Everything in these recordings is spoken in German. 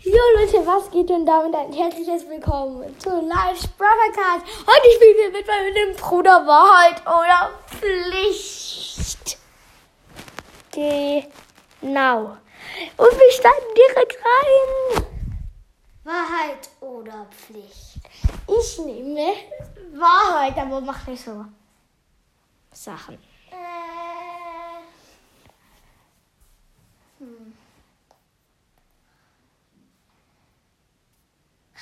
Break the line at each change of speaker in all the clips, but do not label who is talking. Jo Leute, was geht denn damit? Ein herzliches Willkommen zu Live Brothercast. Heute spielen wir mit meinem Bruder Wahrheit oder Pflicht. Genau. Und wir starten direkt rein.
Wahrheit oder Pflicht?
Ich nehme Wahrheit, aber mach nicht so Sachen.
Äh. Hm.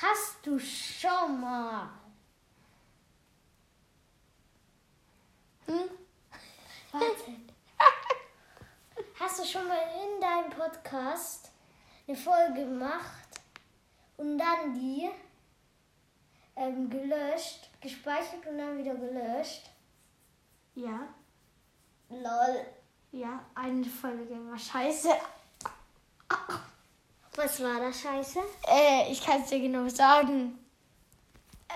Hast du schon mal?
Hm?
Warte. Hast du schon mal in deinem Podcast eine Folge gemacht und dann die ähm, gelöscht, gespeichert und dann wieder gelöscht?
Ja,
Lol.
ja, eine Folge war scheiße.
Was war das Scheiße?
Äh, ich kann es dir genau sagen.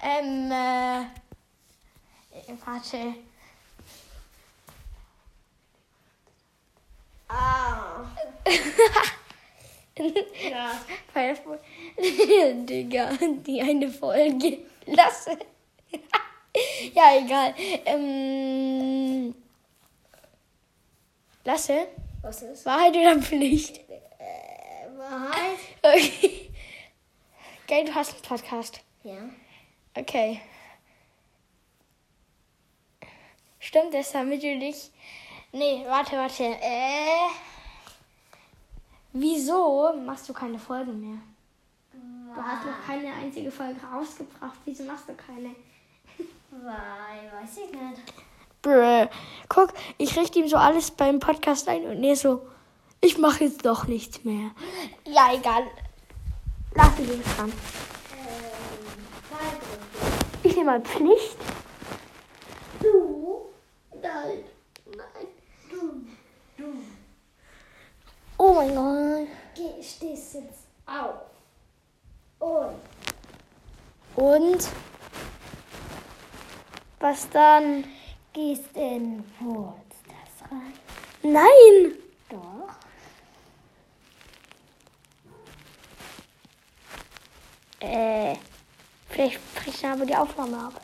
Ähm, äh, warte.
Ah. Ja.
Weil das wohl- Digga, die eine Folge. Lasse. ja, egal. Ähm, Lasse,
Was ist?
Wahrheit oder Pflicht?
Äh, Wahrheit?
Okay. Geil, du hast einen Podcast.
Ja.
Okay. Stimmt es, damit du dich. Nee, warte, warte. Äh. Wieso machst du keine Folgen mehr? Du hast noch keine einzige Folge rausgebracht. Wieso machst du keine?
Weil, weiß ich nicht.
Brr. Guck, ich richte ihm so alles beim Podcast ein und er so, ich mache jetzt doch nichts mehr. Ja, egal. Lass ihn dran.
Ähm, Wahrheit.
Ich nehme mal Pflicht.
Du? Nein. Nein. Du. Du.
Oh mein Gott.
Geh, stehst jetzt auf. Und
Und? Was dann?
gehst in Wurz. rein.
Nein!
Doch.
Äh, vielleicht bricht dann aber die Aufnahme ab.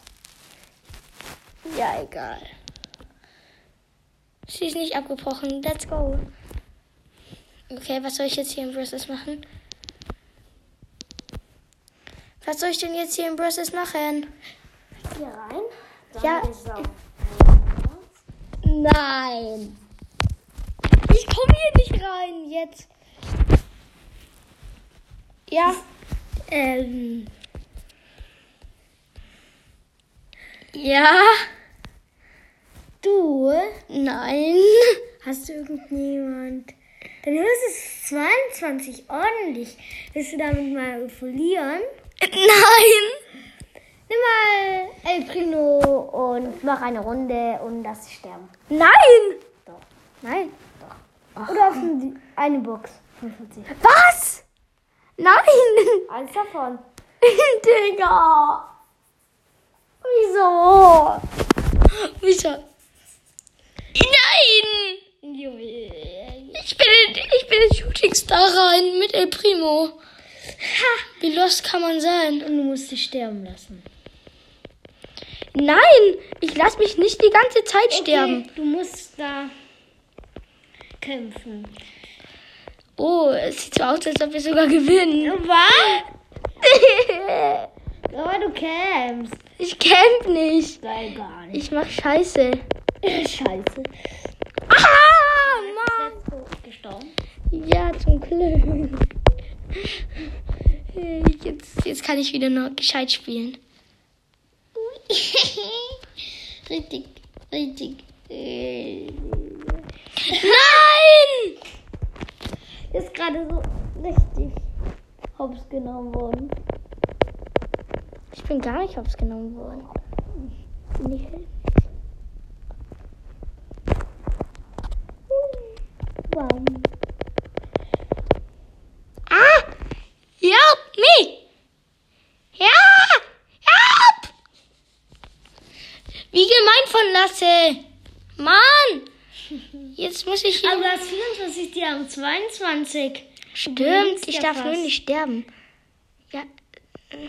Ja, egal. Sie ist nicht abgebrochen. Let's go. Okay, was soll ich jetzt hier im Bristles machen? Was soll ich denn jetzt hier im Bristles machen?
Hier rein. Dann
Ja.
gehst du auf.
Nein. Ich komme hier nicht rein jetzt. Ja. Ähm. Ja. Du? Nein.
Hast du irgendjemand? Dann ist es 22 ordentlich. Willst du damit mal folieren?
Nein.
Nimm mal El Primo und mach eine Runde und lass sie sterben.
Nein.
Doch.
Nein.
Oder auf ein- eine Box. 45.
Was? Nein.
Eins davon.
Digga. Wieso? Wieso? Nein. Ich bin, in, ich bin in Shooting Star rein mit El Primo. Wie lost kann man sein?
Und du musst sie sterben lassen.
Nein, ich lasse mich nicht die ganze Zeit sterben.
Du musst da kämpfen.
Oh, es sieht so aus, als ob wir sogar gewinnen.
Was? Aber du kämpfst.
ich kämpf nicht.
Sei gar nicht.
Ich mach Scheiße.
Scheiße.
Ah, Mann.
Gestorben.
Ja, zum Glück. Hey, Jetzt, jetzt kann ich wieder noch gescheit spielen.
richtig, richtig. äh.
Nein!
Ist gerade so richtig hops genommen worden.
Ich bin gar nicht hops genommen worden. Nee.
Warum?
Ah! Help me! Ja! Help! Wie gemein von Lasse! Mann! Jetzt muss ich hier.
Aber das 24, die haben 22.
Stimmt, ich
ja
darf
fast.
nur nicht sterben. Ja. Nein,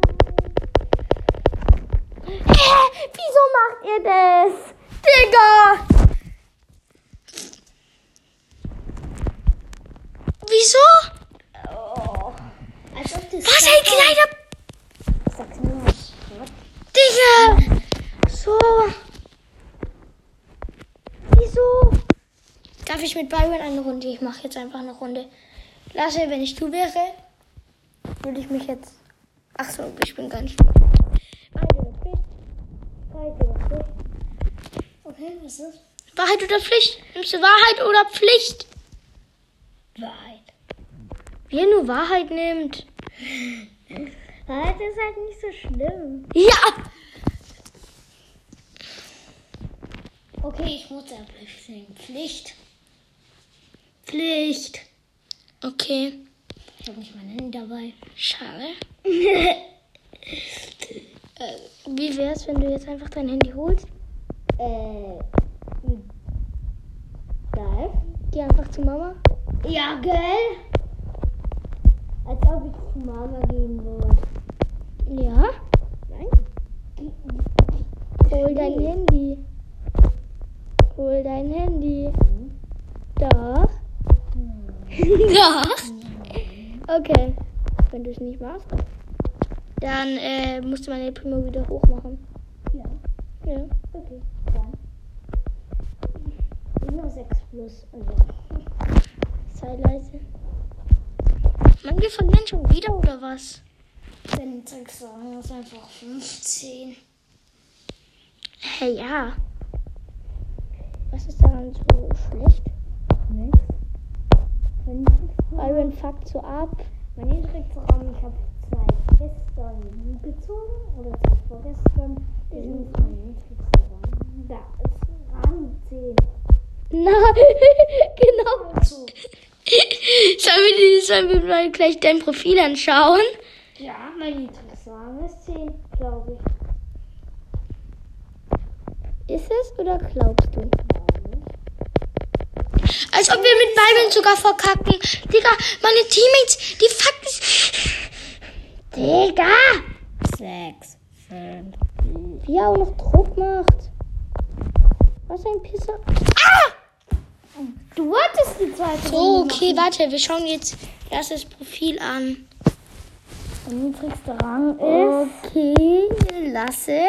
Hä? Wieso macht ihr das? Digga. Wieso?
Oh. Als ob das
Was ein kleiner
Sag's mir mal.
Digga! So. Wieso? Darf ich mit Byron eine Runde? Ich mache jetzt einfach eine Runde. Lasse, wenn ich du wäre, würde ich mich jetzt. Ach so, ich bin ganz. Wahrheit oder Pflicht? Wahrheit oder Pflicht?
Okay, was ist?
Wahrheit oder Pflicht? Nimmst du Wahrheit oder Pflicht?
Wahrheit.
Wer nur Wahrheit nimmt.
Wahrheit ist halt nicht so schlimm.
Ja!
Okay, ich muss abwechseln. Pflicht. Pflicht.
Okay.
Ich habe nicht mein Handy dabei.
Schade. Äh, Wie wär's, wenn du jetzt einfach dein Handy holst?
Äh. Geil.
Geh einfach zu Mama.
Ja, gell? Als ob ich zu Mama gehen würde.
Ja.
Nein?
Hol dein Handy. Hol dein Handy. Doch. Doch. Okay. Wenn du es nicht machst, dann äh, musst du meine Primo wieder hochmachen.
Ja,
Ja.
okay. Dann. Ich nur 6 plus. Also.
Sei leise. Mann, wir verlieren schon wieder oder was?
Wenn 6 sagen, ist einfach 15.
Hey, ja. Was ist daran so schlecht?
Nichts. Wenn ich
Byron fuckt so ab.
Mein Schriftprogramm, ich habe zwei gestern gezogen oder zwei vorgestern. Wir sind mein Schriftprogramm. Da ist Rang 10.
Nein, genau.
Also,
Sollen wir, die- sollen wir mal gleich dein Profil anschauen?
ja, mein Lieblingsrang ist 10, glaube ich.
Ist es oder glaubst du? Als ob wir mit Byron sogar verkacken. Digga, meine Teammates, die fucken. Digga!
6, 5.
Wie er auch noch Druck macht. Was ein Pisser. Ah!
Du wolltest die zweite
So, okay, warte, wir schauen jetzt erst das Profil an.
Mein niedrigster Rang
Okay, lasse,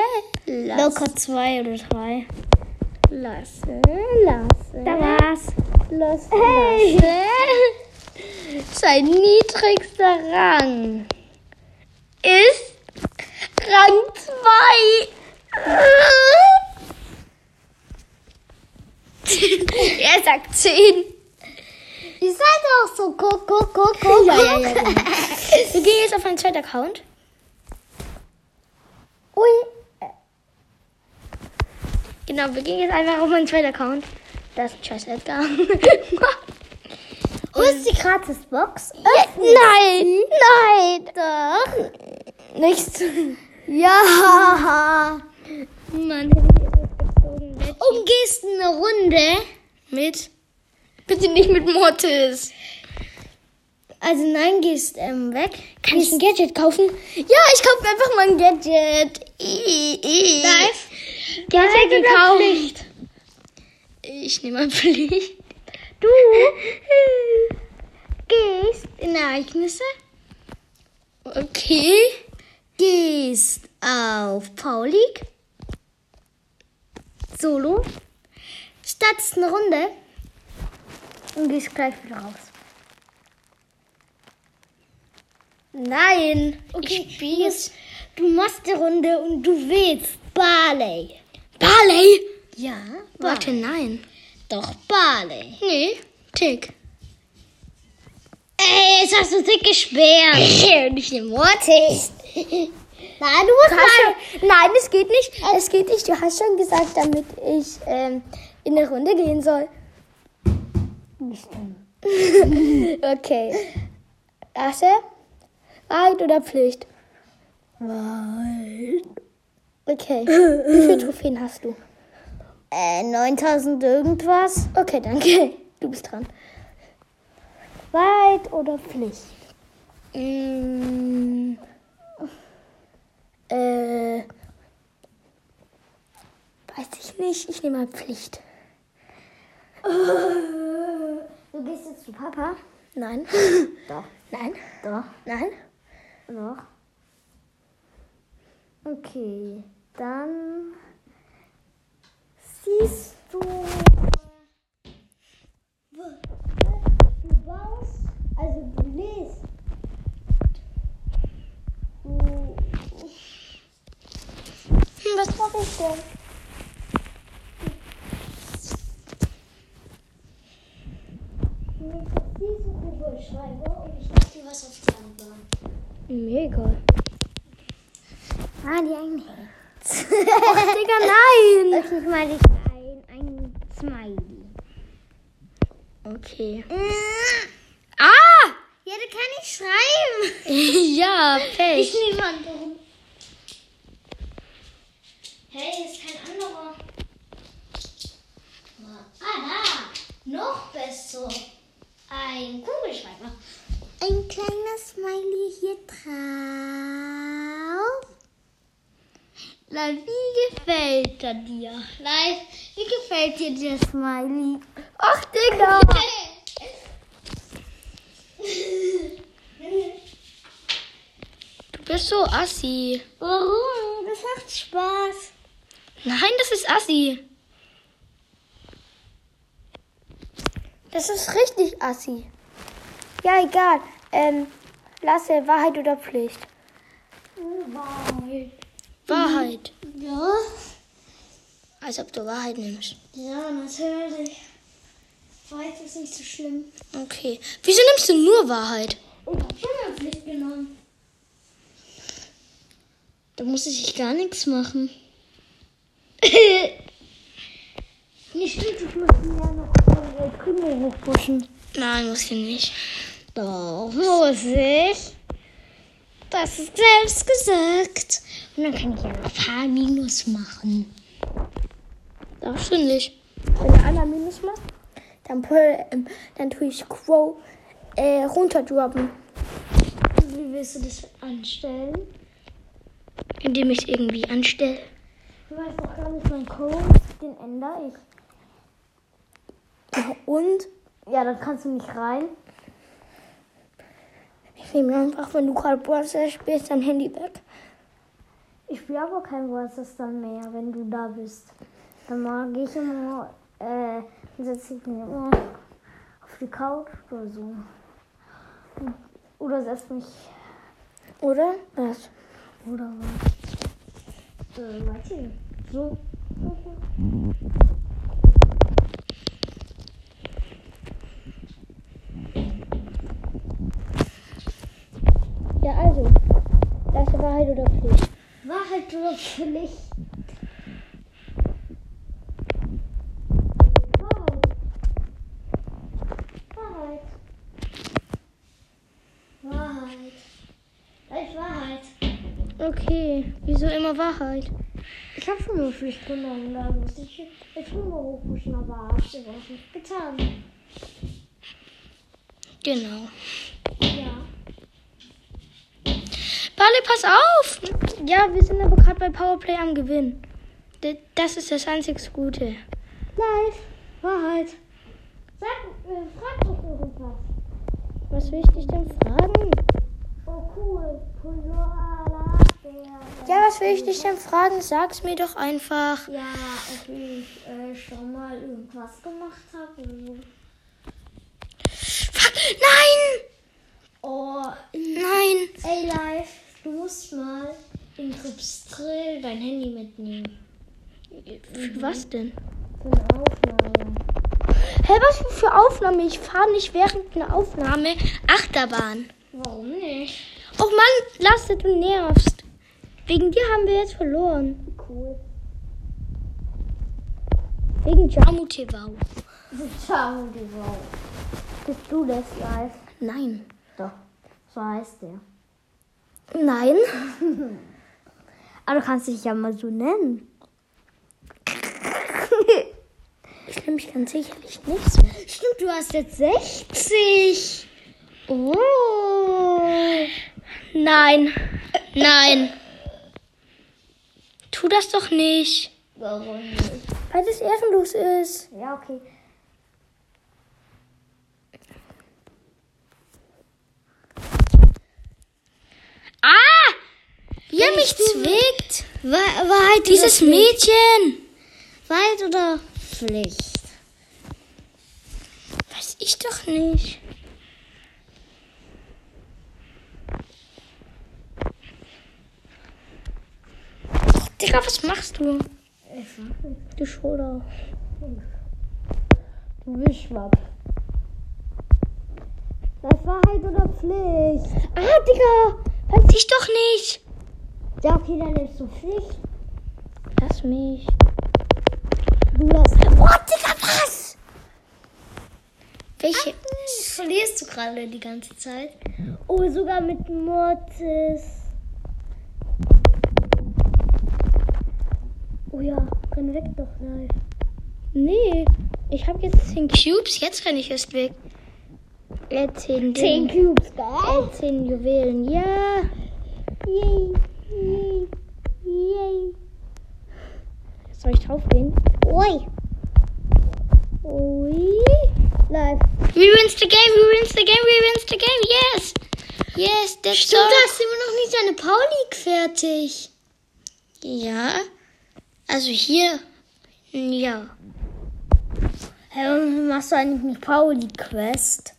lasse,
locker 2 oder 3.
lasse, lasse.
war's.
Lass,
Hey!
lasse. Sein niedrigster Rang ist Rang 2. er sagt 10.
Ihr seid auch so, guck, guck, guck, guck.
Ja, ja, ja, genau. Wir gehen jetzt auf einen zweiten Account.
Ui.
Genau, wir gehen jetzt einfach auf meinen zweiten Account. Da ist ein scheiß Edgar.
Wo ist die Gratisbox?
nein, nein. Doch. Nichts.
Ja.
Mann, hätte ich jetzt was gezogen. Wer
Umgehst Um eine Runde.
Mit? Bitte nicht mit Mortis.
Also nein, gehst ähm, weg.
Kann ich ein Gadget kaufen? Ja, ich kaufe einfach mal ein Gadget. I, i.
Live?
Gadget
Nein,
gekauft.
oder Pflicht?
Ich nehme mal Pflicht.
Du gehst in Ereignisse.
Okay.
Gehst auf Paulik. Solo. Startest eine Runde. Und gehst gleich wieder raus.
Nein.
Okay, ich jetzt, du machst die Runde und du willst Barley.
Barley?
Ja,
Warte, nein.
Doch Barley.
Nee. Tick.
Ey, jetzt hast du dich gesperrt.
Und ich nehme Mortis.
Nein, du musst
Du hast schon, nein, es geht nicht. Es geht nicht. Du hast schon gesagt, damit ich ähm, in eine Runde gehen soll. okay. Lasse, Wahrheit oder Pflicht?
Nein.
Okay. Wie viele Trophäen hast du?
Äh, 9000 irgendwas.
Okay, danke. Du bist dran.
Weit oder Pflicht? Ähm.
Mm, äh, weiß ich nicht. Ich nehme mal Pflicht.
Du gehst jetzt zu Papa?
Nein.
Doch.
Nein.
Doch.
Nein.
Noch. Okay, dann siehst du. Du baust, also du liest. Du,
Hm, was brauche ich denn?
du siehst du Kugelschreiber und ich lasse dir was auf die Hand machen.
Mega.
Ah, die eine.
Ach, Digga, nein.
Okay, ich mal dich ein, ein Smiley.
Okay.
Ah! Ja, da kann ich schreiben.
ja,
Ich
Pech.
nehme mal einen Baum. Hey, hier ist kein anderer. Ah, da. Noch besser. Ein Kugelschreiber. Ein kleiner Smiley hier drauf. Na, wie gefällt er dir? Nein, wie gefällt dir der Smiley?
Ach, Digga. Du bist so assi.
Warum? Das macht Spaß.
Nein, das ist assi. Das ist richtig assi. Ja, egal. Ähm, Lasse, Wahrheit oder Pflicht?
Wahrheit.
Wahrheit.
Ja?
Als ob du Wahrheit nimmst.
Ja, natürlich. Wahrheit ist nicht so schlimm. Oh,
Okay. Wieso nimmst du nur Wahrheit?
Ich hab schon mal Pflicht genommen.
Da muss ich gar nichts machen.
Nee, stimmt, ich muss mir ja noch unsere Krümel hochpushen.
Nein, muss ich nicht.
Doch, muss ich. Das ist selbst gesagt. Und dann kann ich ja noch ein paar Minus machen.
Darfst du nicht. Wenn der einer Minus macht, dann, pull, ähm, dann tue ich Quo äh, runterdroppen.
Und wie willst du das anstellen?
Indem ich es irgendwie anstelle.
Ich weiß doch gar nicht meinen Code. Den ändere ich.
Und
Ja, dann kannst du nicht rein.
ich nehme einfach, wenn du gerade Bronze spielst, dein Handy weg.
Ich spiele aber kein Voices dann mehr, wenn du da bist. Dann mag ich immer, äh, dann setze ich mich immer auf die Couch oder so. Oder setze mich,
Oder? Was?
oder was? Äh, weiß ich nicht. So.
Ja, also. Lasse Wahrheit oder Pflicht?
Wahrheit oder Pflicht? Wahrheit. Wahrheit. Wahrheit. Gleich Wahrheit.
Okay. Wieso immer Wahrheit?
Ich hab schon nur Pflicht genommen, da muss ich jetzt schon mal hochpushen, aber hab's überhaupt nicht getan.
Genau.
Ja.
Palle, pass auf! Ja, wir sind aber gerade bei Powerplay am Gewinn. D- Das ist das einzig Gute.
Live. Wahrheit. halt. Sag, äh, frag doch irgendwas.
Was will ich dich denn fragen?
Oh cool. Pulloala.
Ja, was will ich dich denn fragen? Sag's mir doch einfach.
Ja, ob ich äh, schon mal irgendwas gemacht habe oder so.
Fuck, Nein!
Oh,
Nein!
ey Live, du musst mal in Gripstrill dein Handy mitnehmen.
Für was denn?
Für eine Aufnahme.
Hä, was für Aufnahme? Ich fahre nicht während einer Aufnahme Achterbahn.
Warum nicht?
Oh Mann, lass du nervst. Wegen dir haben wir jetzt verloren.
Cool.
Wegen Jamu TV.
Ciao, die Sau. Bist du das, Live?
Nein.
Doch. So heißt der.
Nein.
Aber du kannst dich ja mal so nennen.
Ich nehme mich ganz sicherlich nicht so.
Stimmt, du hast jetzt 60.
Oh. Nein. Nein. Tu das doch nicht.
Warum nicht?
Weil das ehrenlos ist.
Ja, okay.
Ah! Wie er mich zwickt. Wahrheit Dieses Mädchen.
Wald oder Pflicht?
Weiß ich doch nicht. Och, Digga, was machst du?
Ich mach nicht.
Du Schoder.
Du Wischwapp. Das Wahrheit oder Pflicht?
Ah, Digga. Weiß ich doch nicht.
Ja, okay, dann nimmst du Pflicht.
Lass mich.
Du das.
Boah, Digga, was? Welche?
Verlierst du gerade die ganze Zeit? Oh, sogar mit Mortis. Oh ja, renn weg doch live.
Nee, ich habe jetzt 10 Cubes, jetzt renne ich erst weg. Äh, 10,
Zehn
Dinge.
Cubes, geil.
Äh, 10 Juwelen, ja.
Yay, yay, yay.
Soll ich draufgehen?
Oi. Ui. Live.
We wins the game, we wins the game, we wins the game, yes. Yes, that's
Stimmt,
all.
da ist immer noch nicht deine Paulik fertig.
Ja, also hier, ja.
Hä, warum machst du eigentlich eine Pauli-Quest?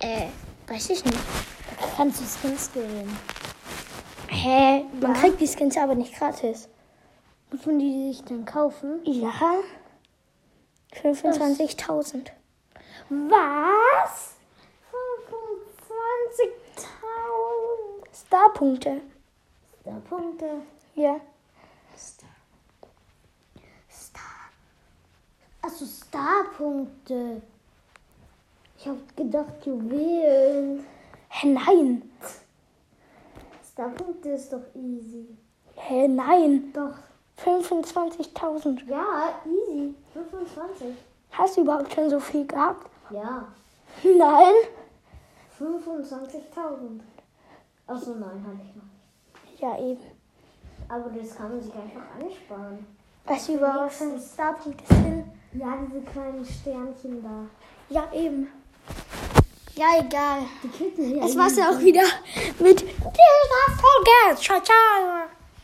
Äh, weiß ich nicht.
Kannst du Skins gewinnen?
Hä? Man kriegt die Skins aber nicht gratis.
Muss man die sich dann kaufen?
Ja. 25.000.
Was? 25.000
Starpunkte.
Punkte.
Ja.
Star. Star. Also Starpunkte. Ich hab gedacht, Juwelen.
Hä, nein.
Starpunkte ist doch easy.
Hä, nein.
Doch.
25.000.
Ja, easy. 25.
Hast du überhaupt schon so viel gehabt?
Ja.
Nein.
25.000. Achso, nein, habe ich noch nicht.
Ja, eben.
Aber das kann man sich einfach ansparen.
Weißt du überhaupt, was für Starpunkte sind?
Ja, diese kleinen Sternchen da.
Ja, eben. Ja, egal.
Die kriegt man ja
Das war's ja auch wieder mit dieser Folge. Ciao, ciao.